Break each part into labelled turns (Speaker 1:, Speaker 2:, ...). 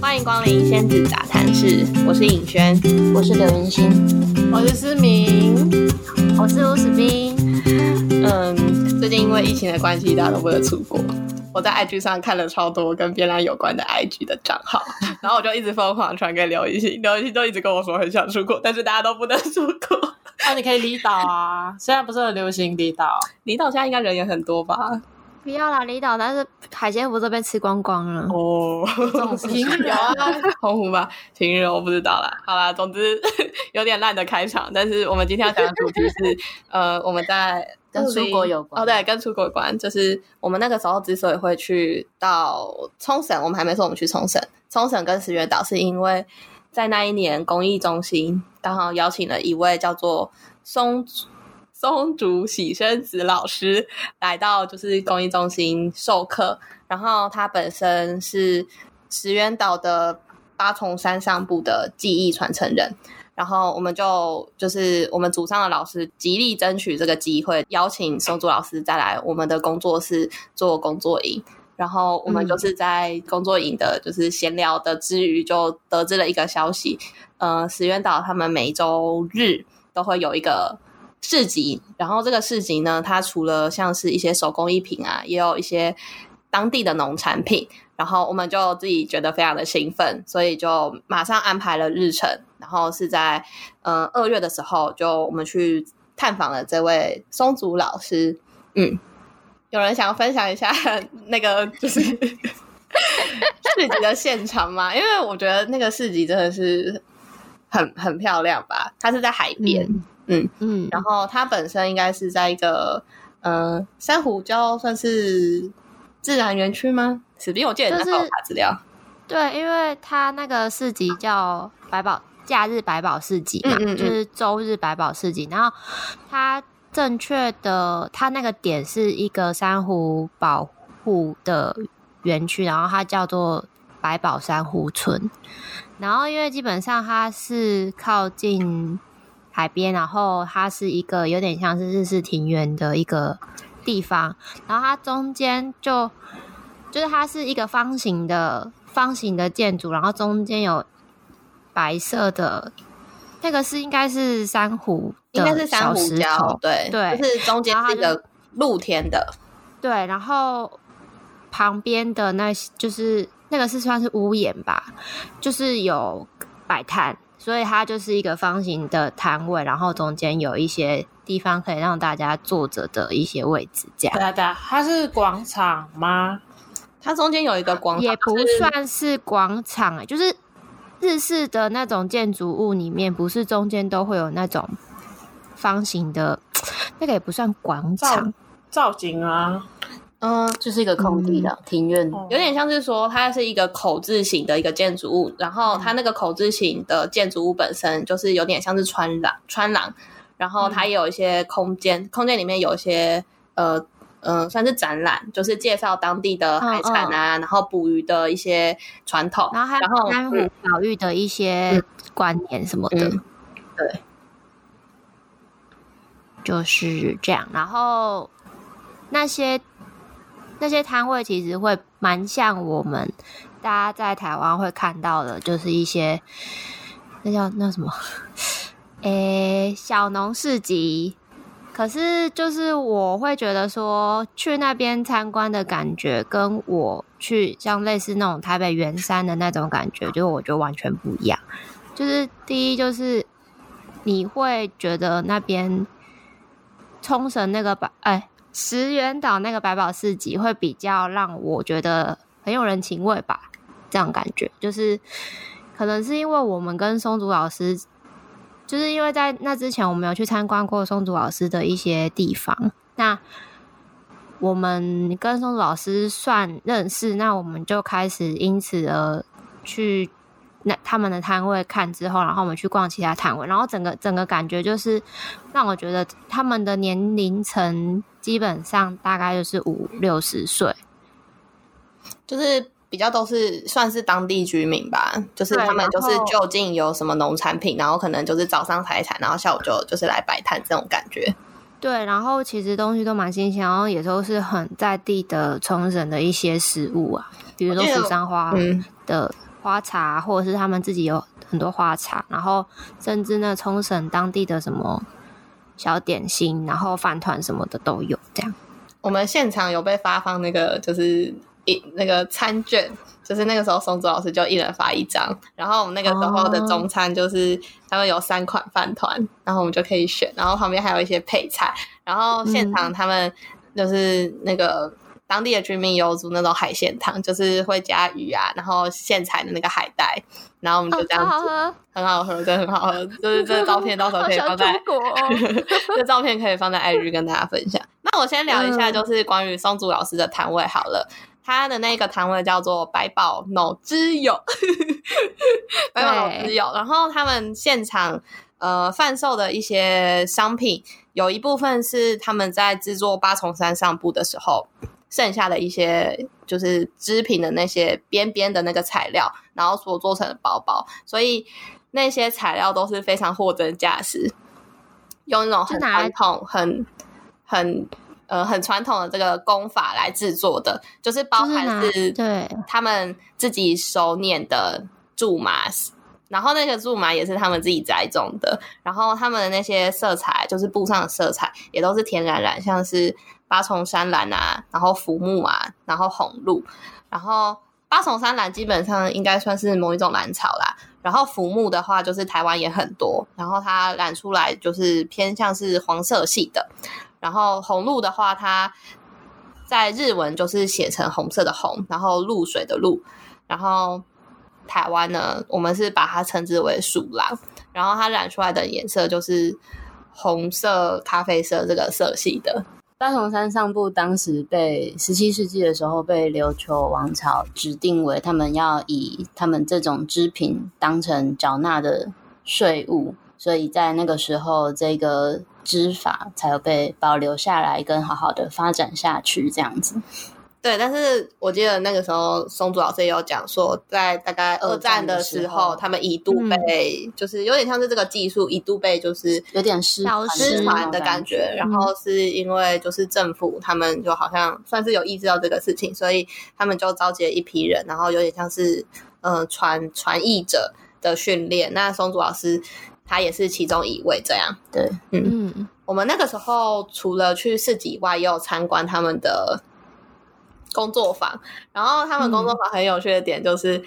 Speaker 1: 欢迎光临仙子杂谈室，我是尹轩，
Speaker 2: 我是刘云欣，
Speaker 3: 我是思明，
Speaker 2: 我是吴子斌。
Speaker 1: 嗯，最近因为疫情的关系，大家都不能出国。我在 IG 上看了超多跟边浪有关的 IG 的账 号，然后我就一直疯狂传给刘一欣，刘一欣都一直跟我说很想出国，但是大家都不能出国。
Speaker 3: 那、哦你可以离岛啊，现在不是很流行离岛，
Speaker 1: 离岛现在应该人也很多吧？
Speaker 2: 不要啦，离岛，但是海鲜福这边吃光光了。
Speaker 1: 哦，
Speaker 3: 这种事情
Speaker 1: 有啊， 澎湖吧，平日我不知道啦。好啦，总之 有点烂的开场，但是我们今天要讲的主题是，呃，我们在
Speaker 2: 跟出国有关
Speaker 1: 哦，对，跟出国有关，就是我们那个时候之所以会去到冲绳，我们还没说我们去冲绳，冲绳跟石垣岛是因为在那一年公益中心刚好邀请了一位叫做松竹松竹喜生子老师来到就是公益中心授课，然后他本身是石原岛的八重山上部的技艺传承人。然后我们就就是我们组上的老师极力争取这个机会，邀请松竹老师再来我们的工作室做工作营。然后我们就是在工作营的，就是闲聊的之余，就得知了一个消息，呃，石原岛他们每周日都会有一个市集，然后这个市集呢，它除了像是一些手工艺品啊，也有一些当地的农产品。然后我们就自己觉得非常的兴奋，所以就马上安排了日程，然后是在呃二月的时候，就我们去探访了这位松竹老师。嗯，有人想要分享一下 那个就是市集的现场吗？因为我觉得那个市集真的是很很漂亮吧，它是在海边，
Speaker 2: 嗯，
Speaker 1: 然后它本身应该是在一个呃珊瑚礁算是自然园区吗？史斌，我记得你那时候有查资料，
Speaker 2: 对，因为它那个市集叫百宝假日百宝市集嘛，
Speaker 1: 嗯嗯嗯
Speaker 2: 就是周日百宝市集。然后它正确的，它那个点是一个珊瑚保护的园区，然后它叫做百宝珊瑚村。然后因为基本上它是靠近海边，然后它是一个有点像是日式庭园的一个地方，然后它中间就就是它是一个方形的方形的建筑，然后中间有白色的那个是应该是珊瑚
Speaker 1: 应该是
Speaker 2: 的
Speaker 1: 珊
Speaker 2: 小
Speaker 1: 瑚
Speaker 2: 石
Speaker 1: 礁，
Speaker 2: 头，
Speaker 1: 对
Speaker 2: 对
Speaker 1: 就是中间
Speaker 2: 然后
Speaker 1: 是
Speaker 2: 它
Speaker 1: 一个露天的，
Speaker 2: 对，然后旁边的那些就是那个是算是屋檐吧，就是有摆摊，所以它就是一个方形的摊位，然后中间有一些地方可以让大家坐着的一些位置，这样
Speaker 3: 对啊对啊，它是广场吗？
Speaker 1: 它中间有一个广场，
Speaker 2: 也不
Speaker 1: 就是
Speaker 2: 算是广场、欸，就是日式的那种建筑物里面，不是中间都会有那种方形的，那个也不算广场
Speaker 3: 造，造景啊，
Speaker 1: 嗯、
Speaker 4: 就是一个空地的、庭院，
Speaker 3: 哦
Speaker 1: 有点像是说它是一个口字形的一个建筑物，然后它那个口字形的建筑物本身就是有点像是穿廊，穿廊，然后它也有一些空间，空间里面有一些呃。呃，算是展览，就是介绍当地的海产啊，然后捕鱼的一些传统，
Speaker 2: 然后还
Speaker 1: 然后
Speaker 2: 有珊瑚
Speaker 1: 嗯
Speaker 2: 保育的一些观念什么的，
Speaker 1: 嗯对，
Speaker 2: 就是这样。然后那些那些摊位其实会蛮像我们大家在台湾会看到的，就是一些那叫那什么， 诶、小农市集。可是，就是我会觉得说，去那边参观的感觉，跟我去像类似那种台北圆山的那种感觉，就是我觉得完全不一样。就是第一，就是你会觉得那边冲绳那个百哎石原岛那个百宝市集会比较让我觉得很有人情味吧，这样感觉就是可能是因为我们跟松竹老师，就是因为在那之前我们有去参观过松竹老师的一些地方，那。我们跟松竹老师算认识，那我们就开始因此而去那他们的摊位看之后，然后我们去逛其他摊位，然后整个整个感觉就是让我觉得他们的年龄层基本上大概就是五六十岁，
Speaker 1: 就是比较都是算是当地居民吧，就是
Speaker 2: 对
Speaker 1: 他们就是
Speaker 2: 然后
Speaker 1: 就近有什么农产品，然后可能就是早上采产，然后下午就就是来摆摊这种感觉。
Speaker 2: 对，然后其实东西都蛮新鲜，然后也都是很在地的冲绳的一些食物啊，比如说
Speaker 1: 我记得
Speaker 2: 釜山花
Speaker 1: 嗯，
Speaker 2: 的花茶，啊或者是他们自己有很多花茶，然后甚至那冲绳当地的什么小点心，然后饭团什么的都有这样。
Speaker 1: 我们现场有被发放那个就是一那个餐券，就是那个时候松子老师就一人发一张，然后我们那个时候的中餐就是他们有三款饭团，然后我们就可以选，然后旁边还有一些配菜，然后现场他们就是那个。当地的居民有煮那种海鲜汤，就是会加鱼啊，然后现采的那个海带，然后我们就
Speaker 2: 哦，
Speaker 1: 这样
Speaker 2: 超
Speaker 1: 煮，
Speaker 2: 好喝，
Speaker 1: 很好喝，真的很好喝。就是这个照片到时候
Speaker 2: 好
Speaker 1: 可以
Speaker 2: 想
Speaker 1: 放
Speaker 2: 出
Speaker 1: 在
Speaker 2: 国 哦。
Speaker 1: 这照片可以放在 IG 跟大家分享。那我先聊一下，
Speaker 2: 嗯
Speaker 1: 就是关于松竹老师的摊位好了。他的那个摊位叫做百宝脑之友，百宝脑之友。然后他们现场呃贩售的一些商品，有一部分是他们在制作八重山上部的时候剩下的一些就是织品的那些边边的那个材料，然后所做成的包包，所以那些材料都是非常货真价实，用那种很
Speaker 2: 就拿来
Speaker 1: 传统、很很呃很传统的这个工法来制作的，就是包
Speaker 2: 就是拿
Speaker 1: 含是
Speaker 2: 对
Speaker 1: 他们自己手捻的苎麻。然后那个苎麻也是他们自己栽种的，然后他们的那些色彩，就是布上的色彩，也都是天然染，像是八重山蓝啊，然后浮木啊，然后红露，然后八重山蓝基本上应该算是某一种蓝草啦。然后浮木的话，就是台湾也很多，然后它染出来就是偏向是黄色系的。然后红露的话，它在日文就是写成红色的红，然后露水的露，然后台湾呢，我们是把它称之为鼠狼，然后它染出来的颜色就是红色、咖啡色这个色系的。
Speaker 4: 大同山上部当时被十七世纪的时候被琉球王朝指定为他们要以他们这种织品当成缴纳的税务，所以在那个时候这个织法才有被保留下来，跟好好的发展下去这样子。
Speaker 1: 对，但是我记得那个时候松竹老师也有讲说，在大概二
Speaker 4: 二
Speaker 1: 战
Speaker 4: 战
Speaker 1: 的
Speaker 4: 的
Speaker 1: 时
Speaker 4: 时候
Speaker 1: 候，嗯他们一度被、就是有点像是这个技术一度被就是
Speaker 4: 有点失
Speaker 2: 消失
Speaker 1: 失
Speaker 4: 失
Speaker 1: 传的感觉，
Speaker 4: 嗯
Speaker 1: 然后是因为就是政府他们就好像算是有意识到这个事情，所以他们就召集了一批人，然后有点像是呃传传译者的训练。那松竹老师他也是其中一位这样。
Speaker 4: 对，
Speaker 2: 嗯，
Speaker 1: 我们那个时候除了去市集以外，也有参观他们的工作坊。然后他们工
Speaker 4: 嗯
Speaker 1: 作坊很有趣的点就是，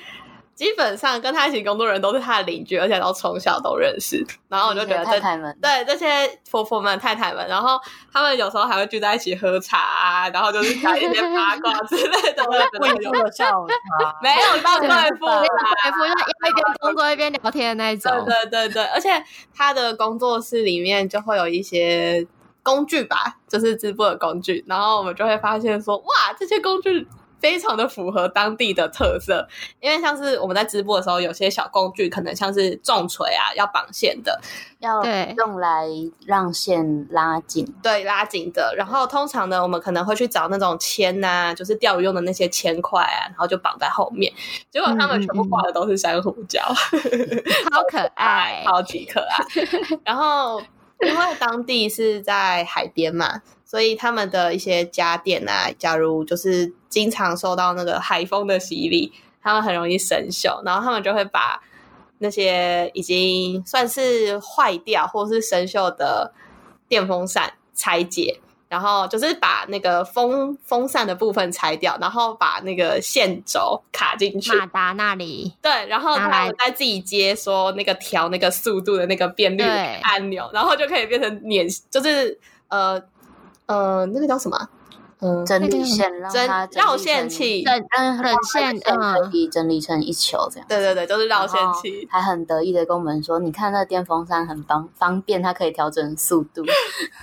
Speaker 1: 基本上跟他一起工作的人都是他的邻居，而且都从小都认识。然后我就觉得
Speaker 4: 啊太
Speaker 1: 这
Speaker 4: 太们
Speaker 1: 对这些婆婆们、太太们，然后他们有时候还会聚在一起喝茶啊，然后就是讲一些八卦之类 的。我也觉得
Speaker 3: 贵
Speaker 1: 很有，
Speaker 3: 妇的下午茶
Speaker 1: 没有到贵妇啦
Speaker 2: 那个回复就是要一边工作一边聊天的那一种。
Speaker 1: 对对对对，而且他的工作室里面就会有一些工具吧，就是直播的工具，然后我们就会发现说，哇，这些工具。非常的符合当地的特色，因为像是我们在直播的时候，有些小工具可能像是重锤啊，要绑线的，
Speaker 4: 要
Speaker 2: 对
Speaker 4: 用来让线拉紧，
Speaker 1: 对，拉紧的。然后通常呢，我们可能会去找那种铅呐、就是钓鱼用的那些铅块啊，然后就绑在后面。结果他们全部挂的都是珊瑚礁，
Speaker 2: 超可爱，
Speaker 1: 超级可爱。啊然后因为当地是在海边嘛，所以他们的一些家电啊，假如就是经常受到那个海风的洗礼，他们很容易生锈，然后他们就会把那些已经算是坏掉或是生锈的电风扇拆解。然后就是把那个风风扇的部分拆掉，然后把那个线轴卡进去，
Speaker 2: 马达那里。
Speaker 1: 对，然后
Speaker 2: 拿
Speaker 1: 他
Speaker 2: 来
Speaker 1: 们再自己接说那个调那个速度的那个变率的
Speaker 2: 对
Speaker 1: 按钮，然后就可以变成碾，就是呃呃那个叫什么啊？嗯、
Speaker 4: 整理线让
Speaker 1: 针
Speaker 4: 它
Speaker 1: 绕
Speaker 4: 整理
Speaker 1: 线
Speaker 4: 成
Speaker 1: 器，
Speaker 2: 整
Speaker 4: 让它
Speaker 2: 冷线
Speaker 4: 可
Speaker 2: 嗯
Speaker 4: 以整理成一球这样。
Speaker 1: 对对对，就是绕线
Speaker 4: 然后
Speaker 1: 器。
Speaker 4: 还很得意的跟我们说：“你看那电风扇很方方便，它可以调整速 度。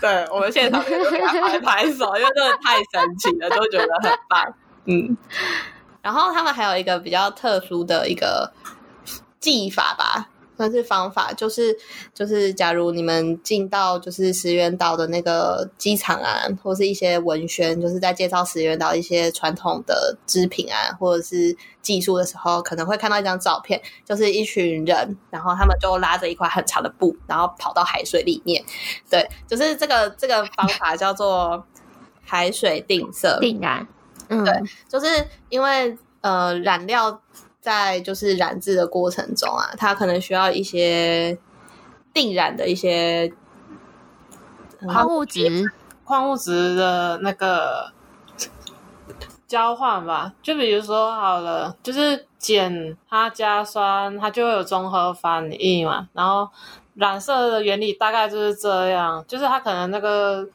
Speaker 1: 对我们现场也都给他拍拍手，因为真的太神奇 了，都觉得很棒。 嗯，然后他们还有一个比较特殊的一个技法吧，算是方法，就是就是假如你们进到就是石原岛的那个机场啊，或是一些文宣，就是在介绍石原岛一些传统的织品啊，或者是技术的时候，可能会看到一张照片，就是一群人，然后他们就拉着一块很长的布，然后跑到海水里面。对，就是这个这个方法叫做海水定色。
Speaker 2: 定然，嗯，
Speaker 1: 对就是因为呃染料在就是染制的过程中啊，它可能需要一些定染的一些
Speaker 2: 矿物质，
Speaker 3: 矿物质的那个交换吧。就比如说好了，就是碱它加酸，它就会有综合反应嘛。然后染色的原理大概就是这样，就是它可能那个。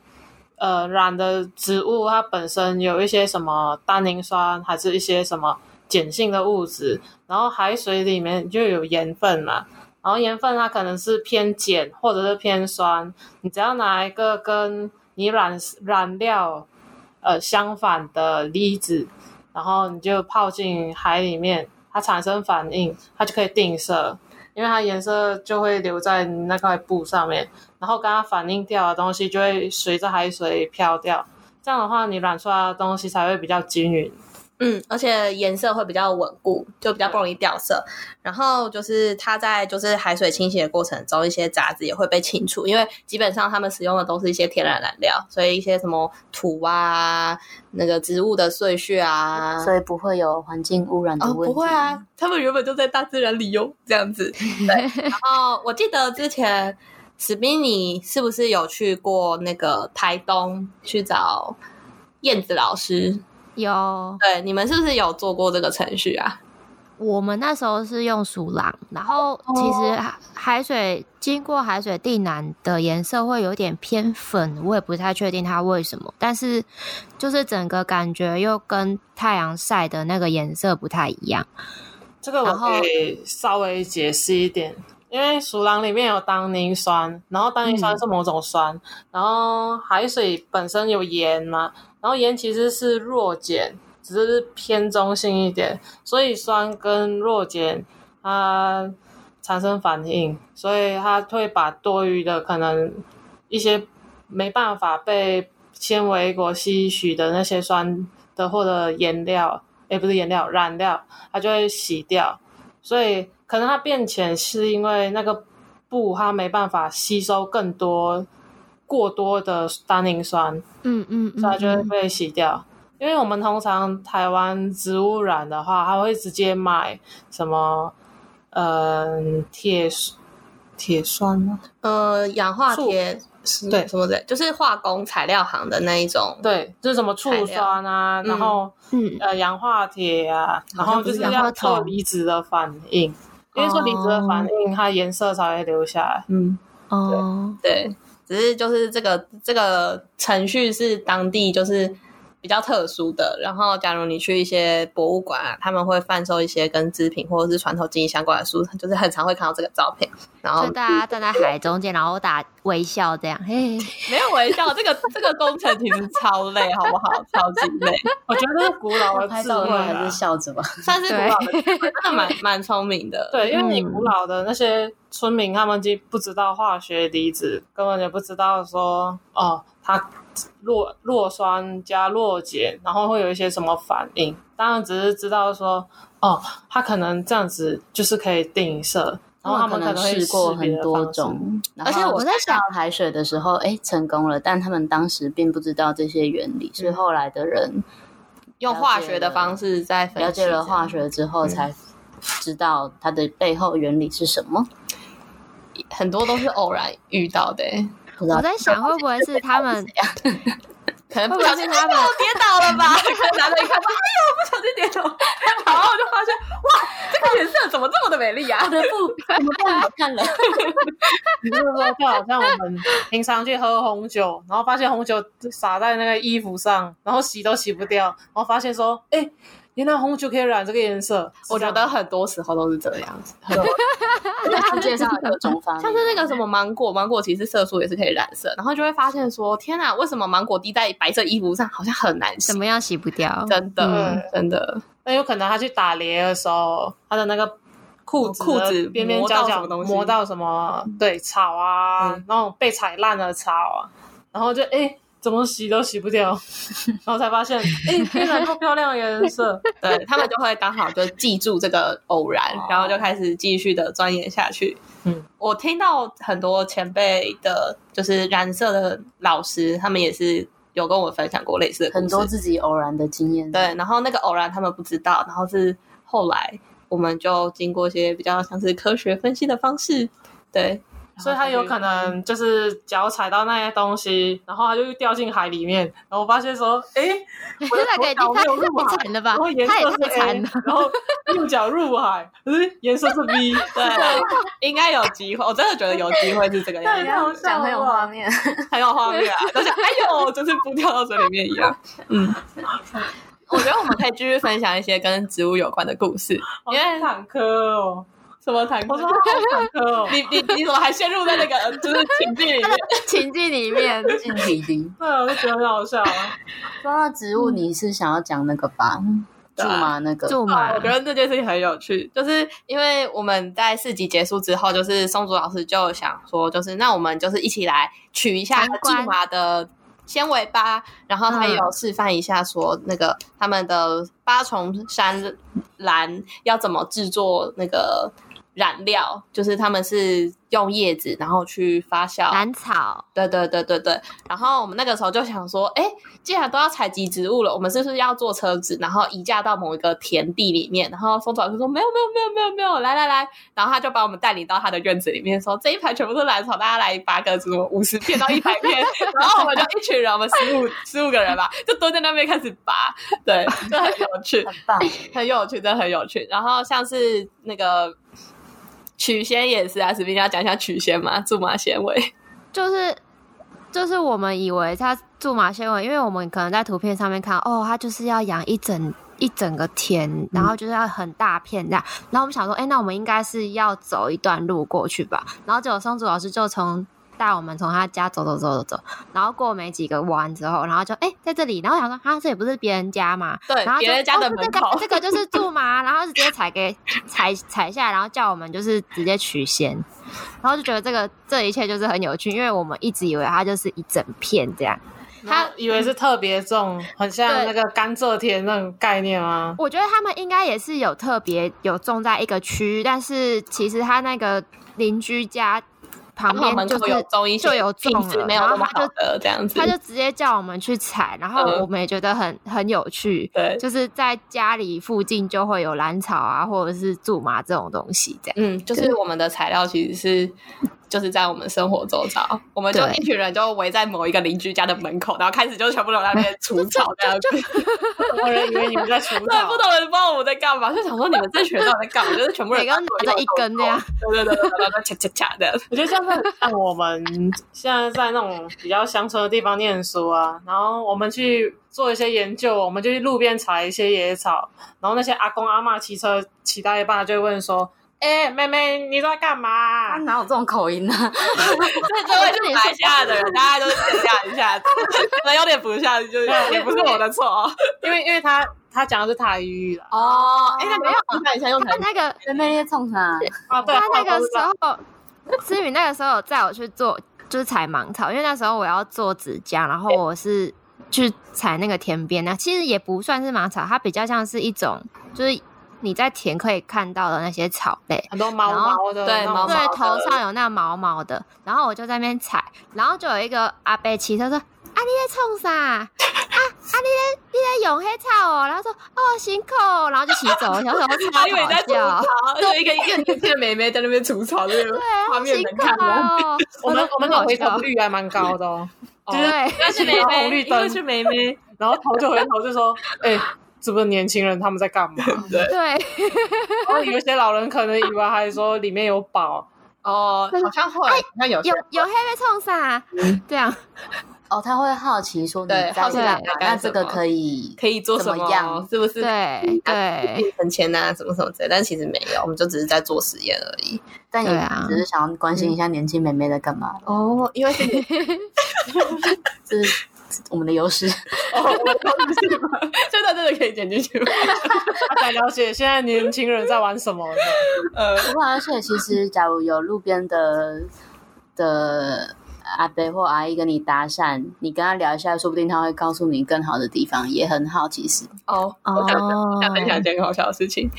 Speaker 3: 呃，染的植物它本身有一些什么单宁酸，还是一些什么碱性的物质，然后海水里面就有盐分嘛，然后盐分它可能是偏碱或者是偏酸，你只要拿一个跟你染染料呃相反的离子，然后你就泡进海里面，它产生反应，它就可以定色，因为它颜色就会留在那块布上面，然后跟它反应掉的东西就会随着海水飘掉。这样的话，你染出来的东西才会比较均匀。
Speaker 1: 嗯，而且颜色会比较稳固，就比较不容易掉色。然后就是它在就是海水清洗的过程中，一些杂质也会被清除，因为基本上他们使用的都是一些天然染料，所以一些什么土啊、那个植物的碎屑啊，
Speaker 4: 所以不会有环境污染的
Speaker 1: 哦，
Speaker 4: 问题。
Speaker 1: 不会啊，他们原本就在大自然里哟，这样子。对，然后我记得之前史宾尼是不是有去过那个台东去找燕子老师？
Speaker 2: 有
Speaker 1: 对，你们是不是有做过这个程序啊？
Speaker 2: 我们那时候是用鼠狼，然后其实海海水经过海水地南的颜色会有点偏粉，我也不太确定它为什么，但是就是整个感觉又跟太阳晒的那个颜色不太一样。
Speaker 3: 这个我
Speaker 2: 然后
Speaker 3: 可以稍微解释一点，因为鼠狼里面有单宁酸，然后
Speaker 2: 嗯
Speaker 3: 单宁酸是某种酸，然后海水本身有盐嘛，然后盐其实是弱碱，只是偏中性一点，所以酸跟弱碱它产生反应，所以它会把多余的可能一些没办法被纤维果吸取的那些酸的或者颜料，诶，不是颜料，染料。它就会洗掉，所以可能它变浅是因为那个布它没办法吸收更多过多的单宁酸，
Speaker 2: 嗯嗯嗯，
Speaker 3: 所以啊它就会被洗掉。因为我们通常台湾植物染的话，它会直接买什么，嗯、铁铁酸吗？
Speaker 1: 呃，氧化
Speaker 3: 醋
Speaker 1: 铁
Speaker 3: 对
Speaker 1: 什么的，就是化工材料行的那一种。
Speaker 3: 对，就是什么醋酸啊，
Speaker 1: 料
Speaker 3: 然后、
Speaker 2: 嗯
Speaker 3: 呃氧化铁啊，然后就是
Speaker 2: 好像不是氧
Speaker 3: 要
Speaker 2: 化铜
Speaker 3: 做离子的反应，因为做离子的反应，它颜色才会留下来。
Speaker 1: 嗯，
Speaker 2: 哦，
Speaker 1: 对，只是就是这个这个程序是当地就是比较特殊的。然后，假如你去一些博物馆啊，他们会贩售一些跟织品或者是传统技艺相关的书，就是很常会看到这个照片。然后
Speaker 2: 就大家站在海中间，然后打微笑这样，嘿，嘿
Speaker 1: 没有微笑，这个这个工程其实超累，好不 好？超级累，
Speaker 3: 我觉得古老的
Speaker 4: 拍
Speaker 3: 智
Speaker 4: 照的
Speaker 3: 慧
Speaker 4: 话
Speaker 3: 啊
Speaker 4: 还是笑着吧。
Speaker 1: 算是古老的智慧，真的蛮蛮聪明的。
Speaker 3: 对，因为你
Speaker 2: 嗯
Speaker 3: 古老的那些村民，他们既不知道化学离子，根本就不知道说哦，它弱弱酸加弱碱，然后会有一些什么反应。当然只是知道说哦，它可能这样子就是可以定色，然后他
Speaker 4: 可
Speaker 3: 们可
Speaker 4: 能
Speaker 3: 能会
Speaker 4: 试过
Speaker 3: 别
Speaker 4: 很
Speaker 3: 的
Speaker 4: 多
Speaker 3: 方式。
Speaker 4: 种，
Speaker 1: 而且
Speaker 4: 然后
Speaker 1: 我
Speaker 4: 我
Speaker 1: 在
Speaker 4: 在
Speaker 1: 想
Speaker 4: 想海水的时候，哎，成功了，但他们当时并不知道这些原理，所以后来的人
Speaker 1: 用化学的方式在分析
Speaker 4: 了解了化
Speaker 1: 学，
Speaker 4: 学之后，才知道它的背后原理是什么。
Speaker 1: 很多都是偶然遇到的、欸
Speaker 4: 不知道
Speaker 2: 我在想会不会是他们，
Speaker 1: 可能不小心哎
Speaker 2: 会不会是他们
Speaker 1: 我跌倒了 吧？可能男的一看说：“哎呦，我不小心跌倒。” 然后我就发现，哇，这个颜色怎么这么的美丽啊
Speaker 4: 我！的布怎么办？我 看了，
Speaker 3: 你就是说，就好像我们平常去喝红酒，然后发现红酒洒在那个衣服上，然后洗都洗不掉，然后发现说，哎，原来红酒可以染这个颜色。是
Speaker 1: 我
Speaker 3: 这
Speaker 1: 觉
Speaker 3: 样
Speaker 1: 得很多时候都是这样子，
Speaker 4: 世界上有种方，
Speaker 1: 像是那个什么芒果，芒果其实色素也是可以染色，然后就会发现说，天啊，为什么芒果滴在白色衣服上好像很难洗
Speaker 2: 怎？么样 洗不掉？
Speaker 1: 真的，
Speaker 3: 嗯
Speaker 1: 真的，
Speaker 3: 那有可能他去打猎的时候，他的那个
Speaker 1: 裤
Speaker 3: 子
Speaker 1: 裤子
Speaker 3: 边边
Speaker 1: 磨
Speaker 3: 角
Speaker 1: 到
Speaker 3: 角
Speaker 1: 什么东西
Speaker 3: 磨嗯到什么对草啊，
Speaker 1: 嗯
Speaker 3: 那种被踩烂的草啊，然后就哎、诶怎么洗都洗不掉，然后才发现哎、诶原来多漂亮的颜色，
Speaker 1: 对他们就会刚好就记住这个偶然
Speaker 3: 哦，
Speaker 1: 然后就开始继续的钻研下去。
Speaker 3: 嗯，
Speaker 1: 我听到很多前辈的，就是染色的老师，他们也是有跟我分享过类似的故事
Speaker 4: 很多自己偶然的经验。
Speaker 1: 对，，然后那个偶然他们不知道，然后是后来我们就经过一些比较像是科学分析的方式，对，
Speaker 3: 所以他有可能就是脚踩到那些东西，然后他就掉进海里面，然后发现说哎、诶我的
Speaker 2: 那个
Speaker 3: 左
Speaker 2: 也太
Speaker 3: 脚没有入
Speaker 2: 太
Speaker 3: 海。
Speaker 2: 惨了吧
Speaker 3: 然后颜？
Speaker 2: 啊他也
Speaker 3: 色是 A，
Speaker 2: 太惨 了，
Speaker 3: 然后右脚入海，可是颜色是 B，
Speaker 1: 对，应该有机会，我真的觉得有机会是这个样
Speaker 3: 太好
Speaker 1: 子，
Speaker 3: 笑
Speaker 4: 讲很有
Speaker 3: 了
Speaker 4: 画面。
Speaker 1: 很有画 面啊，就是哎呦，就是不掉到水里面一样， 嗯。我觉得我们可以继续分享一些跟植物有关的故事，
Speaker 3: 好
Speaker 1: 因为
Speaker 3: 坦克哦，
Speaker 1: 什么坦
Speaker 3: 我
Speaker 1: 克
Speaker 3: 说？好坦克哦，
Speaker 1: 你你你怎么还陷入在那个呃就是情境里面？
Speaker 2: 情境里面，
Speaker 4: 近体力。
Speaker 3: 对，我就觉得很好笑啊。
Speaker 4: 说到植物，你是想要讲那个吧？苎
Speaker 1: 对啊
Speaker 4: 麻那个，
Speaker 2: 住
Speaker 1: 哦
Speaker 2: 嘛
Speaker 1: 我，觉得这件事情很有趣，就是因为我们在四级结束之后，就是松竹老师就想说，就是那我们就是一起来取一下
Speaker 2: 参观嗯
Speaker 1: 苎麻的纤维吧。然后他也有示范一下说，那个他们的八重山兰要怎么制作那个染料，就是他们是用叶子然后去发酵
Speaker 2: 兰草，
Speaker 1: 对对对对对。然后我们那个时候就想说，哎，既然都要采集植物了，我们是不是要坐车子，然后移驾到某一个田地里面？然后松草就说没有没有没有没有没有，来来来，然后他就把我们带领到他的院子里面，说这一排全部都是兰草，大家来拔个什么五十片到一百片， 然后我们就一群人，我们十五十五个人吧，就蹲在那边开始拔，对，就很有趣。
Speaker 4: 很棒。
Speaker 1: 很有趣，真的很有趣。然后像是那个曲线也是啊，史斌你要讲一下曲线吗？苎麻纤维，
Speaker 2: 就是就是我们以为它苎麻纤维，因为我们可能在图片上面看，哦，它就是要养一整一整个田，然后就是要很大片这样。然后我们想说，哎、那我们应该是要走一段路过去吧。然后结果松竹老师就从带我们从他家走走走走走，然后过没几个弯之后，然后就哎、诶在这里，然后想说啊这也不是别人家嘛，然
Speaker 1: 对，
Speaker 2: 后
Speaker 1: 别
Speaker 2: 就
Speaker 1: 人家的
Speaker 2: 哦
Speaker 1: 门口。
Speaker 2: 这个这个就是苎麻，然后就直接踩给 踩踩下来，然后叫我们就是直接取先，然后就觉得这个这一切就是很有趣，因为我们一直以为它就是一整片这样。
Speaker 3: 他以为是特别重，很像那个甘蔗田那种概念啊吗？
Speaker 2: 我觉得他们应该也是有特别有种在一个区域，但是其实他那个邻居家旁
Speaker 1: 然后
Speaker 2: 边
Speaker 1: 门
Speaker 2: 就
Speaker 1: 口
Speaker 2: 是
Speaker 1: 有中医，
Speaker 2: 就有种
Speaker 1: 品质
Speaker 2: 了，
Speaker 1: 没有那
Speaker 2: 然后
Speaker 1: 么
Speaker 2: 他
Speaker 1: 好
Speaker 2: 就
Speaker 1: 的这样子，
Speaker 2: 他就直接叫我们去采，然后
Speaker 1: 嗯
Speaker 2: 我们也觉得很很有趣，
Speaker 1: 对，
Speaker 2: 就是在家里附近就会有兰草啊，或者是苎麻这种东西，这样。
Speaker 1: 嗯，就是我们的材料其实是。就是在我们生活周遭，我们就
Speaker 2: 对
Speaker 1: 一群人就围在某一个邻居家的门口，然后开始就全部都
Speaker 2: 啊
Speaker 1: 在那边除草这样子。
Speaker 3: 我人以为你们在除
Speaker 1: 对，
Speaker 3: 草
Speaker 1: 不，懂人不知道我们在干嘛，就想说你们这群人到底在干嘛？就是全部人
Speaker 2: 每个人拿着一根这样，
Speaker 1: 对对对对对，对掐掐掐的。
Speaker 3: 我觉得像是像我们现在在那种比较乡村的地方念书啊，然后我们去做一些研究，我们就去路边采一些野草，然后那些阿公阿嬷骑车骑到一半就会问说：“哎、妹妹，你在干嘛
Speaker 4: 他？”哪有这种口音呢？
Speaker 1: 这这位是马来西亚的人，大家都是评价一下， 可能有点不像，就是也不是我的错哦。
Speaker 3: 因为因为他他讲的是台语啦，
Speaker 1: 哦，哎，那没有，看一下用台
Speaker 2: 啊他那个
Speaker 4: 人妹在冲啥？
Speaker 3: 啊，对，
Speaker 2: 他那
Speaker 3: 我
Speaker 2: 个
Speaker 3: 不知道
Speaker 2: 时候，思雨那个时候有载我去做就是采芒草，因为那时候我要做指甲，然后我是去采那个田边那其实也不算是芒草，它比较像是一种就是你在田可以看到的那些草类。
Speaker 3: 很多毛
Speaker 2: 然后
Speaker 3: 毛的
Speaker 1: 对
Speaker 3: 那种，
Speaker 1: 毛
Speaker 2: 对，
Speaker 1: 的
Speaker 2: 头上有那毛毛的，然后我就在那边踩，然后就有一个阿伯骑车说：“啊，你在冲啥？啊啊，你在你在用黑草哦？”然后说：“哦，辛苦哦。”然后就骑走了，然后我
Speaker 1: 还以为你在
Speaker 2: 超
Speaker 1: 吐
Speaker 2: 搞笑，
Speaker 1: 槽，就一个一个年轻的妹妹在那边吐槽，这个
Speaker 2: 对，好
Speaker 1: 画面
Speaker 2: 辛
Speaker 1: 能看
Speaker 2: 苦
Speaker 1: 吗？
Speaker 2: 哦。
Speaker 3: 我们我们的
Speaker 2: 搞
Speaker 3: 回头
Speaker 2: 笑，
Speaker 3: 率还蛮高的 哦，就是
Speaker 2: 对，
Speaker 1: 但是妹
Speaker 3: 红
Speaker 1: 妹，
Speaker 3: 绿
Speaker 1: 一个
Speaker 3: 灯
Speaker 1: 是妹妹，
Speaker 3: 然后头就回头就说：“哎、这不是年轻人他们在干嘛？”
Speaker 1: 对，
Speaker 2: 对，
Speaker 3: 然后有些老人可能以为还说里面有宝，
Speaker 1: 哦，
Speaker 4: 嗯
Speaker 1: 好像会，
Speaker 4: 哎
Speaker 1: 好像 有些
Speaker 2: 有有黑被冲啥？这 样
Speaker 4: 哦，他会好奇说你
Speaker 1: 对
Speaker 4: 在
Speaker 1: 好奇
Speaker 4: 干嘛
Speaker 1: 你在干
Speaker 4: 那
Speaker 1: 什
Speaker 4: 这个
Speaker 1: 么
Speaker 4: 可以
Speaker 1: 可以做什
Speaker 4: 怎么样
Speaker 1: 是不是？
Speaker 2: 对对，
Speaker 1: 存钱啊，什么什么之类，但其实没有，我们就只是在做实验而已。
Speaker 4: 但
Speaker 2: 对
Speaker 4: 也
Speaker 2: 啊
Speaker 4: 只是想要关心一下年轻妹
Speaker 1: 嗯
Speaker 4: 妹在干嘛，
Speaker 1: 哦，因为是
Speaker 4: 这是我们的优势。
Speaker 1: 这段真的可以剪进去 吗？
Speaker 3: 他才啊了解现在年轻人在玩什么呢。
Speaker 1: 呃，
Speaker 4: 不过而且其实，假如有路边的的阿伯或阿姨跟你搭讪，你跟他聊一下，说不定他会告诉你更好的地方，也很好。其实，
Speaker 1: 哦， 我想
Speaker 2: 哦，
Speaker 1: 想分享一件好笑的事情，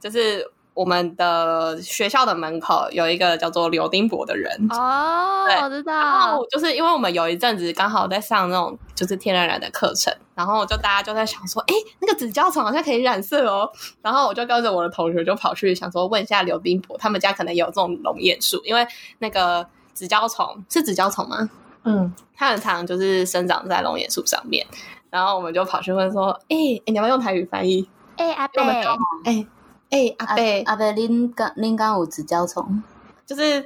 Speaker 1: 就是我们的学校的门口有一个叫做刘丁博的人。
Speaker 2: 哦，
Speaker 1: 对
Speaker 2: 我知
Speaker 1: 然
Speaker 2: 道
Speaker 1: 后，就是因为我们有一阵子刚好在上那种就是天然染的课程，然后就大家就在想说，哎，那个纸胶床好像可以染色哦。 然后我就跟着我的同学就跑去想说问一下刘丁博，他们家可能有这种龙眼树，因为那个纸胶虫是纸胶虫吗？
Speaker 3: 嗯，
Speaker 1: 它很常就是生长在龙眼树上面。然后我们就跑去问说，哎、诶你要不要用台语翻译？
Speaker 2: 哎，阿
Speaker 1: 因为我们就，
Speaker 2: 贝
Speaker 1: 哎哎阿贝，
Speaker 4: 阿伯，您刚您刚有指交虫，
Speaker 1: 就是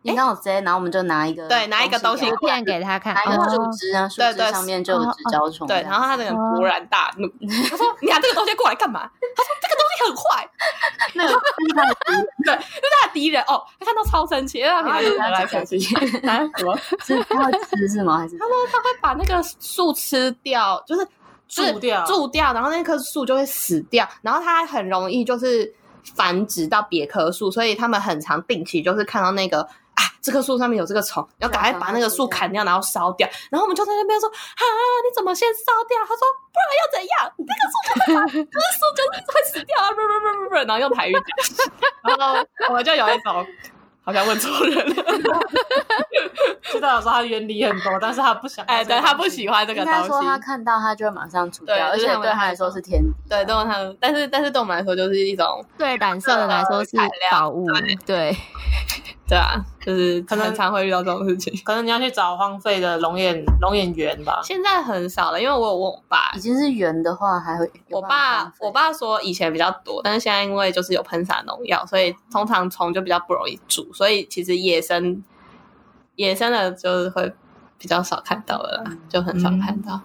Speaker 4: 您刚有直接，然后我们
Speaker 1: 哦
Speaker 4: 就拿一个
Speaker 1: 对拿一个东西
Speaker 4: 给
Speaker 2: 图
Speaker 4: 他
Speaker 2: 片给他看，
Speaker 4: 拿一个
Speaker 2: 哦
Speaker 4: 树枝啊，树
Speaker 1: 哦对
Speaker 4: 枝
Speaker 1: 对哦
Speaker 4: 上面就有指交虫这啊
Speaker 1: 对，
Speaker 4: 样，哦
Speaker 1: 然后他整个勃然大怒， 他说：“你拿这个东西过来干嘛？”他说：“这个东西很坏。”
Speaker 4: 那个
Speaker 1: 他的敌人哦，他看到超生气，因为他平常
Speaker 3: 啊
Speaker 1: 就拿来生气，拿来什么？
Speaker 4: 是他会吃是吗？还是
Speaker 1: 他说他会把那个树吃掉，就是就是
Speaker 3: 蛀掉
Speaker 1: 蛀掉，然后那棵树就会死掉，然后它很容易就是繁殖到别棵树，所以他们很常定期就是看到那个。啊，这棵树上面有这个虫，然后赶快把那个树砍掉，然后烧掉。然后我们就在那边说：“啊，你怎么先烧掉？”他说：“不然又怎样？ 那个树就是这个树就是会死 掉啊！”不不不不不，然后用台语讲，然后我就有一种好像问错人了。
Speaker 3: 知道说他原理很多，但是他不想。
Speaker 1: 哎，对他不喜欢这个
Speaker 4: 应
Speaker 1: 东
Speaker 4: 该
Speaker 1: 西
Speaker 4: 说，他看到他就会马上除掉，
Speaker 1: 对
Speaker 4: 而
Speaker 1: 就是
Speaker 4: 且
Speaker 1: 他们
Speaker 4: 对他来说是天敌。
Speaker 1: 对，对我他们，但是但是对我们来说就是一种，
Speaker 2: 对染色的来说是
Speaker 1: 材料
Speaker 2: 宝物，对，
Speaker 1: 对啊，就是
Speaker 3: 可能
Speaker 1: 很常会遇到这种事情。
Speaker 3: 可能你要去找荒废的龙眼龙眼园吧。
Speaker 1: 现在很少了，因为我有问我爸
Speaker 4: 已，经是圆的话，还会有
Speaker 1: 我
Speaker 4: 办法
Speaker 1: 爸
Speaker 4: 浪费
Speaker 1: 我爸说以前比较多，但是现在因为就是有喷洒农药，所以通常虫就比较不容易蛀，所以其实野生野生的就是会比较少看到了
Speaker 4: 嗯
Speaker 1: 啦，就很少看到，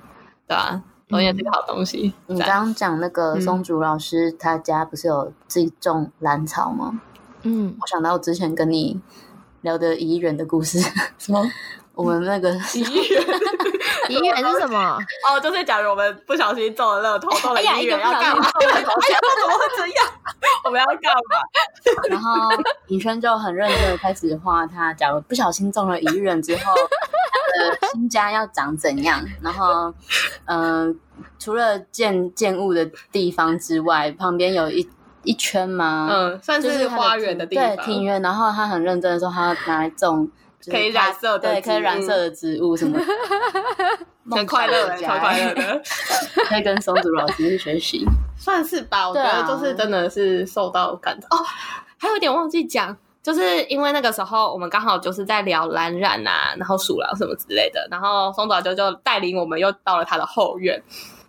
Speaker 1: 对啊，龙眼是个好东西，
Speaker 4: 你
Speaker 1: 对
Speaker 4: 刚
Speaker 1: 啊
Speaker 4: 刚讲那个
Speaker 1: 嗯
Speaker 4: 松竹老师，他家不是有自己种兰草吗？
Speaker 2: 嗯，
Speaker 4: 我想到我之前跟你聊的怡园的故事，
Speaker 1: 什么？
Speaker 4: 我们那个
Speaker 2: 怡园是什么？
Speaker 1: 哦，就是假如我们不小心中了乐透，中了
Speaker 2: 哎呀
Speaker 1: 一
Speaker 2: 一个
Speaker 1: 元
Speaker 2: 不
Speaker 1: 要
Speaker 2: 小心
Speaker 1: 干嘛？ 哎呀，那怎么会这样？ 我们要干嘛？
Speaker 4: 然后尹轩就很认真的开始画他，假如不小心中了一人之后，他的新家要长怎样？然后，嗯、除了建建物的地方之外，旁边有一一圈吗？，
Speaker 1: 嗯，算
Speaker 4: 就是它
Speaker 1: 花园的地
Speaker 4: 庭
Speaker 1: 方，
Speaker 4: 对庭院。然后他很认真的说，他要拿来种。就是
Speaker 1: 可以染
Speaker 4: 他
Speaker 1: 色的
Speaker 4: 对，可以
Speaker 1: 植
Speaker 4: 染
Speaker 1: 物
Speaker 4: 色的植物什么的，
Speaker 1: 很快乐的，
Speaker 4: 梦想
Speaker 1: 超
Speaker 4: 家
Speaker 1: 快乐的，
Speaker 4: 可以跟松竹老师学习。
Speaker 1: 算是吧。我觉
Speaker 4: 对啊
Speaker 1: 得就是真的是受到感动、哦，还有一点忘记讲。就是因为那个时候，我们刚好就是在聊蓝染啊，然后鼠狼什么之类的，然后松岛就就带领我们又到了他的后院，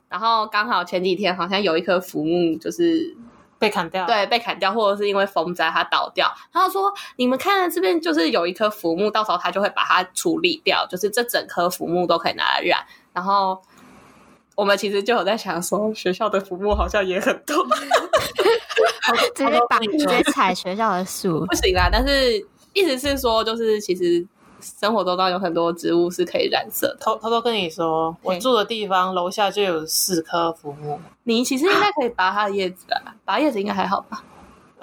Speaker 1: 然后刚好前几天好像有一棵浮木，就是
Speaker 3: 被砍掉，，
Speaker 1: 对，被砍掉，或者是因为风灾它倒掉。然后说，你们看这边就是有一棵浮木，到时候它就会把它处理掉，就是这整棵浮木都可以拿来染。然后我们其实就有在想说，学校的浮木好像也很多，
Speaker 2: 直接把直接踩学校的树
Speaker 1: 不，行啦。但是意思是说，就是其实生活周遭有很多植物是可以染色的。
Speaker 3: 偷偷偷跟你说，我
Speaker 1: 嘿
Speaker 3: 住的地方楼下就有四棵浮木，
Speaker 1: 你其实应该可以拔它的叶子啦，拔叶子应该还好吧？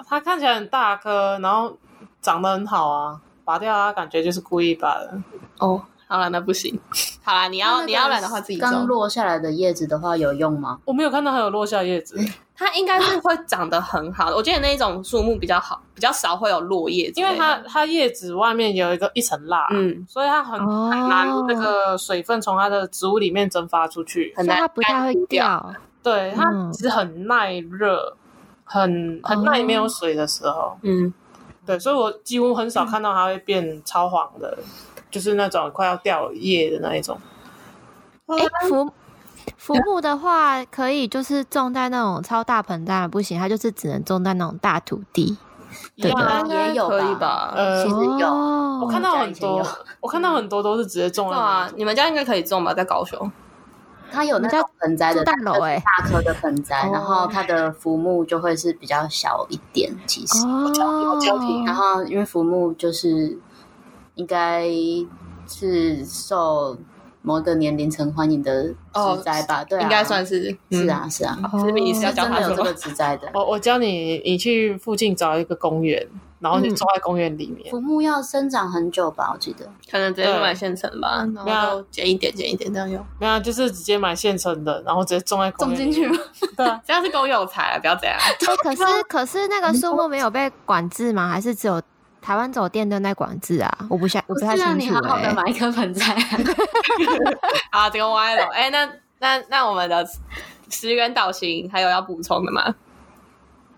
Speaker 3: 它看起来很大棵，然后长得很好啊，拔掉它感觉就是故意拔的。
Speaker 1: 哦。好了，那不行。好啦，你要你要染的话自己
Speaker 4: 刚
Speaker 1: 种
Speaker 4: 落下来的叶子的话有用吗？
Speaker 3: 我没有看到还有落下叶子，
Speaker 1: 它应该是会长得很好的。我觉得那一种树木比较好，比较少会有落叶之
Speaker 3: 因
Speaker 1: 类的，
Speaker 3: 为它它叶子外面有一个一层蜡，
Speaker 1: 嗯，
Speaker 3: 所以它很
Speaker 2: 哦
Speaker 3: 很难那个水分从它的植物里面蒸发出去。
Speaker 1: 很
Speaker 2: 所
Speaker 1: 难
Speaker 2: 以它不太会掉。
Speaker 3: 对，它
Speaker 2: 嗯
Speaker 3: 其实很耐热，很很耐没
Speaker 2: 哦
Speaker 3: 有水的时候。
Speaker 1: 嗯，
Speaker 3: 对，所以我几乎很
Speaker 2: 嗯
Speaker 3: 少看到它会变超黄的，就是那种快要掉叶的那一种。
Speaker 2: 哎，
Speaker 1: 嗯
Speaker 2: 浮浮木的话，可以就是种在那种超大盆，当然不行，它就是只能种在那种大土地。对
Speaker 3: 一样啊
Speaker 4: 应该嗯也有吧嗯
Speaker 1: 可以吧？
Speaker 3: 呃
Speaker 4: 其，实有
Speaker 2: 哦
Speaker 3: 我看到很
Speaker 4: 我
Speaker 3: 多
Speaker 4: 们家以前，
Speaker 3: 我看到很多都是直接种
Speaker 1: 对
Speaker 3: 了。
Speaker 1: 啊，你们家应该可以种吧？在高雄，
Speaker 4: 它有那种盆栽的
Speaker 2: 住大楼欸
Speaker 4: 大颗的盆栽
Speaker 1: 哦，
Speaker 4: 然后它的浮木就会是比较小一点，其实。
Speaker 2: 哦，
Speaker 4: 然后因为浮木就是应该是受某一个年龄层欢迎的
Speaker 1: 哦
Speaker 4: 职灾吧？对、啊，
Speaker 1: 应该算是
Speaker 4: 是啊，，是啊，
Speaker 2: 哦
Speaker 1: 嗯是你是要
Speaker 4: 是
Speaker 1: 教
Speaker 4: 真
Speaker 1: 他
Speaker 4: 的有
Speaker 1: 什
Speaker 4: 这
Speaker 1: 么
Speaker 4: 个？职灾的。
Speaker 3: 我我教你，你去附近找一个公园，然后你
Speaker 2: 嗯
Speaker 3: 坐在公园里面。
Speaker 4: 浮木要生长很久吧？我记得
Speaker 1: 可能直接就买现成
Speaker 4: 嗯
Speaker 1: 吧，然后就剪一点剪一点这样用。
Speaker 3: 没有啊，就是直接买现成的，然后直接种在公园里面。
Speaker 4: 吗？
Speaker 3: 对啊，
Speaker 1: 这样是够有才，不要这样。
Speaker 2: 哎可是可是那个树木没有被管制吗？还是只有台湾走电灯在管制啊？我不下我不
Speaker 4: 不是
Speaker 2: 太清
Speaker 4: 啊，
Speaker 2: 楚、欸。
Speaker 4: 你好好的买一颗盆栽，啊
Speaker 1: 好，这个歪了。哎，那那那我们的十元导型还有要补充的吗？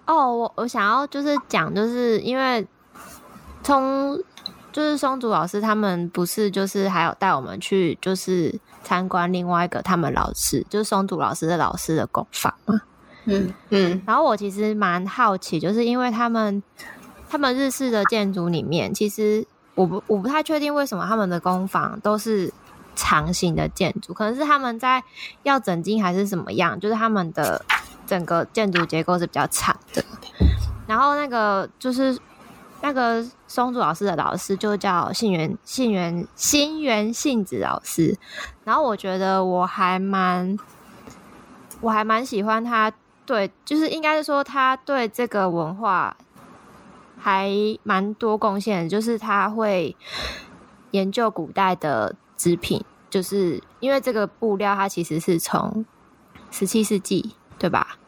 Speaker 2: 哦，我我想要就是讲，就是因为从就是松竹老师他们不是就是还有带我们去就是参观另外一个他们老师就是松竹老师的老师的工坊嘛。
Speaker 4: 嗯，
Speaker 1: 嗯，
Speaker 2: 然后我其实蛮好奇，就是因为他们他们日式的建筑里面，其实我不我不太确定为什么他们的工坊都是长形的建筑，可能是他们在要整经还是怎么样，就是他们的整个建筑结构是比较长的。然后那个就是那个松竹老师的老师就叫信源信源新源信子老师，然后我觉得我还蛮我还蛮喜欢他对，就是应该是说他对这个文化还蛮多贡献的，就是他会研究古代的织品，就是因为这个布料它其实是从十七世纪对吧？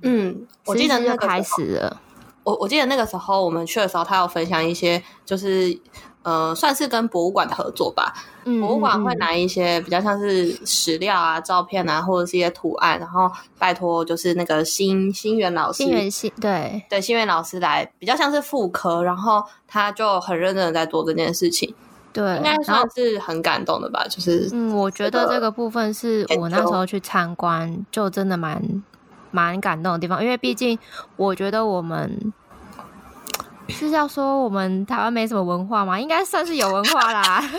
Speaker 1: 嗯，我
Speaker 2: 17
Speaker 1: 记得
Speaker 2: 世纪
Speaker 1: 那
Speaker 2: 就
Speaker 1: 个
Speaker 2: 开始了，
Speaker 1: 我我记得那个时候我们去的时候，他有分享一些，就是呃，算是跟博物馆的合作吧。
Speaker 2: 嗯
Speaker 1: 博物馆会
Speaker 2: 嗯嗯
Speaker 1: 拿一些比较像是史料啊、照片啊，或者是一些图案，然后拜托就是那个新新源老师
Speaker 2: 新，元系对，
Speaker 1: 对新源老师来，比较像是复刻，然后他就很认真的在做这件事情，
Speaker 2: 对，
Speaker 1: 应该
Speaker 2: 然后
Speaker 1: 算是很感动的吧，就是。
Speaker 2: 嗯，我觉得
Speaker 1: 个
Speaker 2: 这个部分是
Speaker 1: 研
Speaker 2: 我那时
Speaker 1: 究
Speaker 2: 候去参观，就真的蛮蛮感动的地方，因为毕竟我觉得我们是要说我们台湾没什么文化嘛，应该算是有文化啦，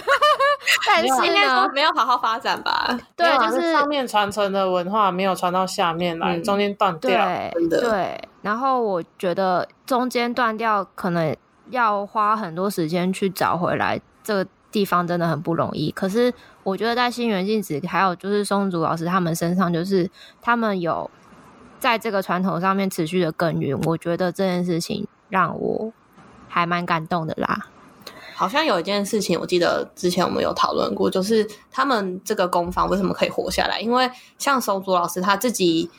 Speaker 2: 但
Speaker 1: 应
Speaker 2: 是
Speaker 1: 该说
Speaker 2: 呢，
Speaker 1: 没有好好发展吧，
Speaker 2: 对
Speaker 3: 没有，啊
Speaker 2: 就是
Speaker 3: 上面传承的文化没有传到下面来，
Speaker 1: 嗯
Speaker 3: 中间断掉。
Speaker 2: 对啊
Speaker 1: 真的
Speaker 2: 对，然后我觉得中间断掉，可能要花很多时间去找回来，这个地方真的很不容易。可是我觉得在新源静子还有就是松竹老师他们身上，就是他们有在这个传统上面持续的耕耘，我觉得这件事情让我还蛮感动的啦。
Speaker 1: 好像有一件事情，我记得之前我们有讨论过，就是他们这个工坊为什么可以活下来？因为像手足老师他自己。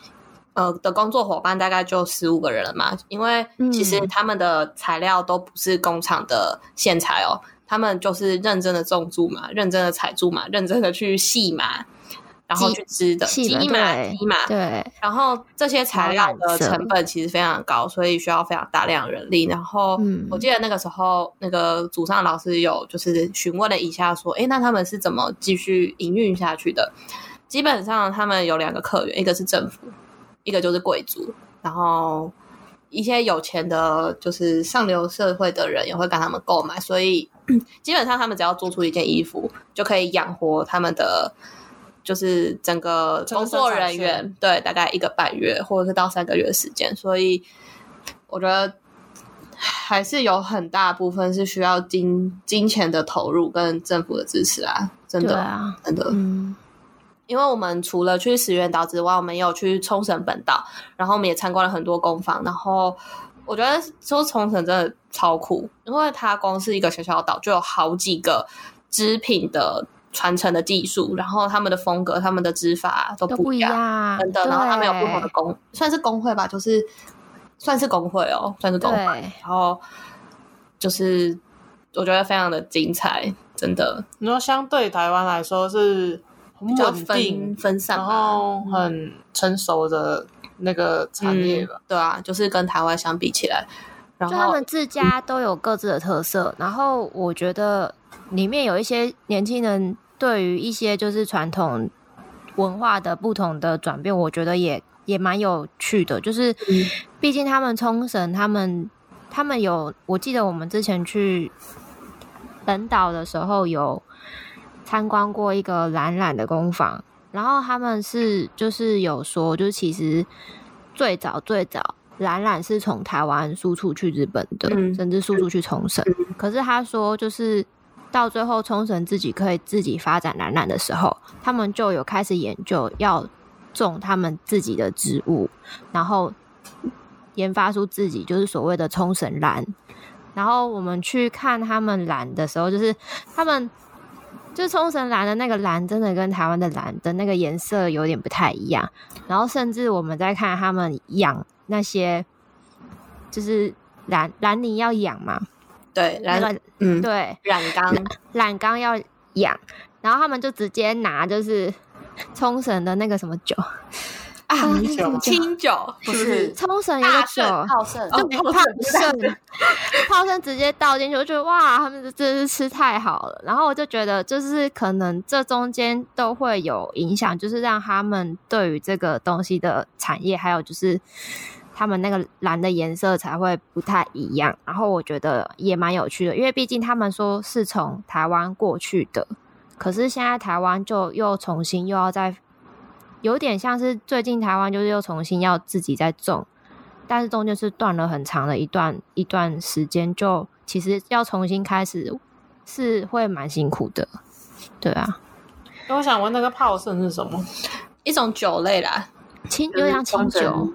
Speaker 1: 呃，的工作伙伴大概就十五个人了嘛，因为其实
Speaker 2: 嗯
Speaker 1: 他们的材料都不是工厂的现材哦，他们就是认真的种猪嘛，认真的采猪嘛，认真的去细嘛，然后
Speaker 2: 鸡
Speaker 1: 去织的
Speaker 2: 细
Speaker 1: 鸡
Speaker 2: 的
Speaker 1: 嘛
Speaker 2: 对
Speaker 1: 鸡嘛，
Speaker 2: 对，
Speaker 1: 然后这些材料的成本其实非常高，所以需要非常大量人力。然后
Speaker 2: 嗯
Speaker 1: 我记得那个时候，那个祖上老师有就是询问了一下，说：“诶，那他们是怎么继续营运下去的？”基本上他们有两个客源，一个是政府，一个就是贵族，然后一些有钱的，就是上流社会的人也会跟他们购买，所以 基本上他们只要做出一件衣服，就可以养活他们的。就是整个
Speaker 3: 整个
Speaker 1: 工作
Speaker 3: 生产
Speaker 1: 人
Speaker 3: 线
Speaker 1: 员，对，大概一个半月或者是到三个月的时间，所以我觉得还是有很大部分是需要金金钱的投入跟政府的支持啊，真
Speaker 2: 对
Speaker 1: 的，
Speaker 2: 啊，
Speaker 1: 真的，
Speaker 2: 嗯，
Speaker 1: 因为我们除了去石原岛之外，我们也有去冲绳本岛，然后我们也参观了很多工坊。然后我觉得说冲绳真的超酷，因为它光是一个小小的岛就有好几个织品的传承的技术，然后他们的风格、他们的织法都
Speaker 2: 都
Speaker 1: 不
Speaker 2: 不
Speaker 1: 一
Speaker 2: 一
Speaker 1: 样，
Speaker 2: 样，
Speaker 1: 真的。然后他们有不同的
Speaker 2: 对
Speaker 1: 工，算是工会吧，就是算是工会哦，算是工会。
Speaker 2: 嗯对。
Speaker 1: 然后就是我觉得非常的精彩，真的
Speaker 3: 你说相对台湾来说是很
Speaker 1: 比较
Speaker 3: 稳
Speaker 1: 分
Speaker 2: 嗯
Speaker 3: 定，
Speaker 1: 分散
Speaker 3: 然
Speaker 1: 吧，
Speaker 3: 后很成熟的那个产业吧。
Speaker 1: 嗯。对啊，就是跟台湾相比起来，然
Speaker 2: 就他
Speaker 1: 后
Speaker 2: 们自家都有各自的特色，然后我觉得里面有一些年轻人对于一些就是传统文化的不同的转变，我觉得也也蛮有趣的。就是
Speaker 1: 嗯
Speaker 2: 毕竟他们冲绳，他们他们有，我记得我们之前去本岛的时候有参观过一个懒懒的工坊，然后他们是就是有说，就是其实最早最早冉冉是从台湾输出去日本的，
Speaker 1: 嗯
Speaker 2: 甚至输出去冲绳。可是他说，就是到最后冲绳自己可以自己发展蓝染的时候，他们就有开始研究要种他们自己的植物，然后研发出自己就是所谓的冲绳蓝。然后我们去看他们蓝的时候，就是他们就是冲绳蓝的那个蓝，真的跟台湾的蓝的那个颜色有点不太一样。然后甚至我们在看他们养那些，就是蓝蓝泥要养嘛，
Speaker 1: 对，
Speaker 2: 那
Speaker 1: 然
Speaker 2: 个
Speaker 1: 嗯，
Speaker 2: 对，
Speaker 1: 染缸，
Speaker 2: 染缸要养，然后他们就直接拿就是冲绳的那个什么酒，
Speaker 1: 啊
Speaker 3: 清酒 吗
Speaker 1: 清酒不
Speaker 4: 不是
Speaker 1: 是
Speaker 2: 冲绳有个酒
Speaker 1: 大
Speaker 4: 好胜
Speaker 1: 哦
Speaker 2: 就泡 盛，啊泡盛直接倒进去，我觉得哇，他们这真是吃太好了。然后我就觉得，就是可能这中间都会有影响，就是让他们对于这个东西的产业，还有就是他们那个蓝的颜色才会不太一样。然后我觉得也蛮有趣的，因为毕竟他们说是从台湾过去的，可是现在台湾就又重新又要再，有点像是最近台湾就是又重新要自己再种，但是中间是断了很长的一段一段时间，就其实要重新开始是会蛮辛苦的，对啊，
Speaker 3: 那我想问那个泡盛是什么？
Speaker 1: 一种酒类啦，
Speaker 2: 清
Speaker 4: 就
Speaker 2: 又
Speaker 4: 是
Speaker 2: 像清
Speaker 4: 冲绳
Speaker 2: 酒，，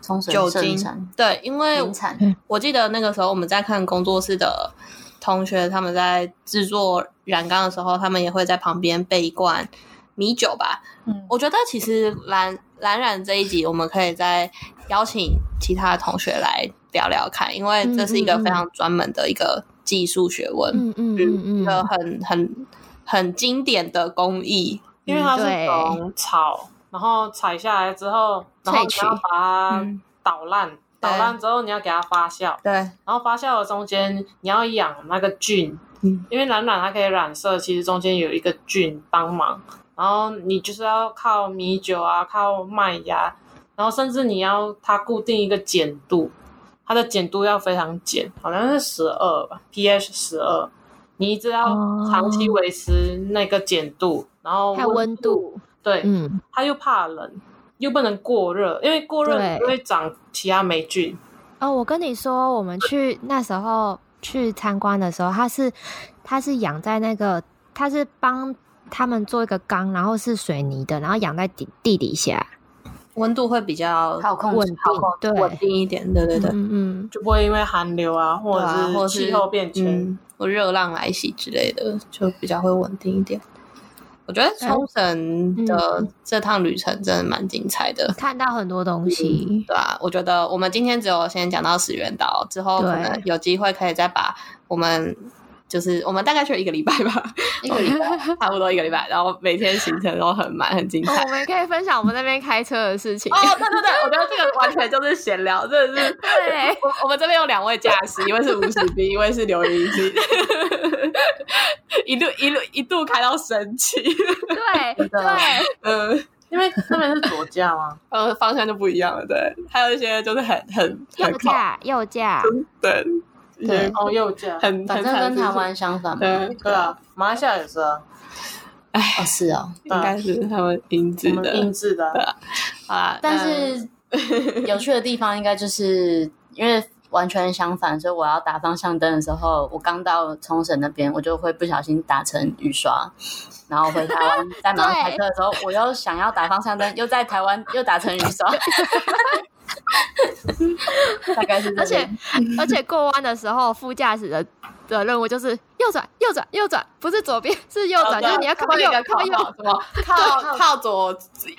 Speaker 4: 冲绳
Speaker 1: 酒
Speaker 4: 盛
Speaker 1: 精
Speaker 4: 产。
Speaker 1: 对，因为
Speaker 4: 名产
Speaker 1: 我记得那个时候我们在看工作室的同学，他们在制作染缸的时候，他们也会在旁边备一罐米酒吧。
Speaker 4: 嗯
Speaker 1: 我觉得其实蓝蓝染这一集，我们可以再邀请其他同学来聊聊看，因为这是一个非常专门的一个技术学问，
Speaker 2: 嗯嗯嗯
Speaker 1: 一个
Speaker 2: 嗯，
Speaker 1: 很很很经典的工艺。
Speaker 3: 因为它是
Speaker 2: 嗯对
Speaker 3: 从草，然后采下来之后，然后
Speaker 2: 萃
Speaker 3: 你
Speaker 2: 取
Speaker 3: 要把它
Speaker 1: 嗯，
Speaker 3: 捣烂，捣烂之后你要给它发酵，
Speaker 1: 对，
Speaker 3: 然后发酵的中间你要养那个菌，
Speaker 1: 嗯
Speaker 3: 因为染染它可以染色，其实中间有一个菌帮忙，然后你就是要靠米酒啊，靠麦芽，然后甚至你要它固定一个碱度，它的碱度要非常碱，好像是十二吧，pH 十二，你一直要
Speaker 2: 哦
Speaker 3: 长期维持那个碱度，然后
Speaker 2: 还有温度，
Speaker 3: 对，
Speaker 2: 嗯，
Speaker 3: 它又怕冷，又不能过热，因为过热
Speaker 2: 对
Speaker 3: 你就会长其他霉菌。
Speaker 2: 哦，我跟你说，我们去那时候去参观的时候，它是它是养在那个，它是帮他们做一个缸，然后是水泥的，然后养在地地底下，
Speaker 1: 温度会比较
Speaker 4: 好控
Speaker 2: 稳
Speaker 4: 制
Speaker 2: 定，对
Speaker 1: 好稳定一点。对对对，
Speaker 2: 嗯嗯，
Speaker 3: 就不会因为寒流啊，或
Speaker 1: 对啊
Speaker 3: 者
Speaker 1: 或
Speaker 3: 是气候变迁，
Speaker 1: 嗯，或热浪来袭之类的，就比较会稳定一点。我觉得
Speaker 4: 哎
Speaker 1: 冲
Speaker 4: 嗯
Speaker 1: 绳的这趟旅程真的蛮精彩的，
Speaker 2: 看到很多东西，
Speaker 1: 对啊，我觉得我们今天只有先讲到石原岛，之后
Speaker 2: 对
Speaker 1: 可能有机会可以再把我们。就是我们大概去了一个礼拜吧，
Speaker 4: 一个礼拜
Speaker 1: 差不多一个礼拜，然后每天行程都很满，很精彩
Speaker 2: 哦。我们也可以分享我们那边开车的事情。
Speaker 1: 哦，对对对，我觉得这个完全就是闲聊，真的是。
Speaker 2: 对，
Speaker 1: 我我们这边有两位驾驶，一位是吴史斌，一位是刘云熙，一路一路一度开到生气，
Speaker 2: 对
Speaker 4: 真的
Speaker 2: 对，
Speaker 1: 嗯
Speaker 3: 因为那边是左驾嘛，
Speaker 1: 呃，方向就不一样了，对，还有一些就是很很很
Speaker 2: 右驾右驾，
Speaker 1: 对，一些
Speaker 2: 对
Speaker 3: 哦右驾，
Speaker 1: 很
Speaker 4: 反
Speaker 1: 很惨
Speaker 4: 正
Speaker 1: 的
Speaker 4: 跟
Speaker 1: 事
Speaker 4: 台
Speaker 1: 情
Speaker 4: 湾相反嘛。
Speaker 1: 对，
Speaker 3: 对啊，马来西亚也是啊，
Speaker 4: 哦，是哦，
Speaker 1: 应该是嗯他们音质
Speaker 3: 我们
Speaker 1: 的
Speaker 3: 印制的啊，
Speaker 1: 啊，
Speaker 4: 但是有趣的地方应该就是因为完全相反，所以我要打方向灯的时候，我刚到冲绳那边，我就会不小心打成雨刷。然后回台湾，在马上开车的时候，我又想要打方向灯，又在台湾又打成雨刷，大概是这
Speaker 2: 而且
Speaker 4: 样。
Speaker 2: 而且过弯的时候，副驾驶的的任务就是右转右转右转，不是左边是
Speaker 1: 哦
Speaker 2: 右转，就是你要靠
Speaker 1: 靠
Speaker 2: 右靠
Speaker 1: 靠
Speaker 2: 右。
Speaker 1: 什么靠靠左，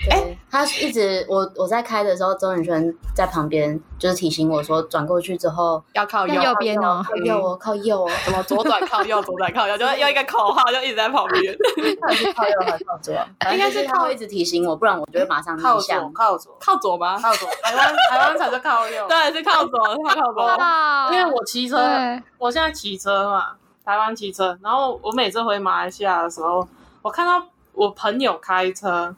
Speaker 1: 哎，
Speaker 4: 对，他一直我我在开的时候，周宇轩在旁边就是提醒我说，转过去之后
Speaker 1: 要靠右
Speaker 2: 要右边哦
Speaker 4: 靠右哦，靠右哦，
Speaker 1: 什么左转靠右，左转靠 右，就是用一个口号就一直在旁边。
Speaker 4: 到底是靠右还是靠左？啊 应该是靠一直提醒我，不然我就会马上逆
Speaker 3: 靠左
Speaker 4: 向。
Speaker 3: 靠左
Speaker 1: 靠左吗？
Speaker 3: 靠左，台湾台湾才是靠右，
Speaker 1: 对，啊是靠左，是靠左。
Speaker 2: 哇
Speaker 3: 因为我骑车，
Speaker 2: 对
Speaker 3: 我现在骑车嘛，台湾骑车，然后我每次回马来西亚的时候，我看到我朋友开车，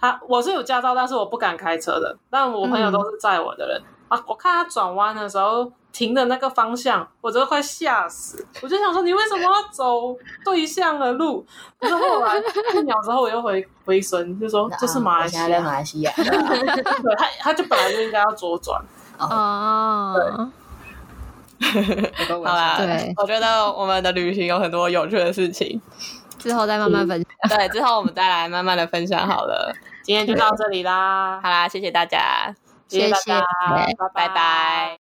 Speaker 3: 他我是有驾照，但是我不敢开车的，但我朋友都是载我的人、
Speaker 4: 嗯
Speaker 3: 啊。我看他转弯的时候停的那个方向，我真的快吓死，我就想说你为什么要走对向的路？可是后来一秒之后我又回回神，就说这是马来西
Speaker 4: 啊我现在在马
Speaker 3: 亚，
Speaker 4: 来西 亚。
Speaker 3: 对，他他就本来就应该要左转。
Speaker 2: 哦，
Speaker 4: 好
Speaker 1: 好啊啦，
Speaker 2: 对
Speaker 1: 我觉得我们的旅行有很多有趣的事情，
Speaker 2: 之后再慢慢分享。
Speaker 1: 对，之后我们再来慢慢的分享好了。
Speaker 3: 今天就到这里啦，
Speaker 1: 好啦，谢谢大家，
Speaker 2: 谢谢
Speaker 3: 大家，
Speaker 1: 拜
Speaker 3: 拜
Speaker 1: 拜。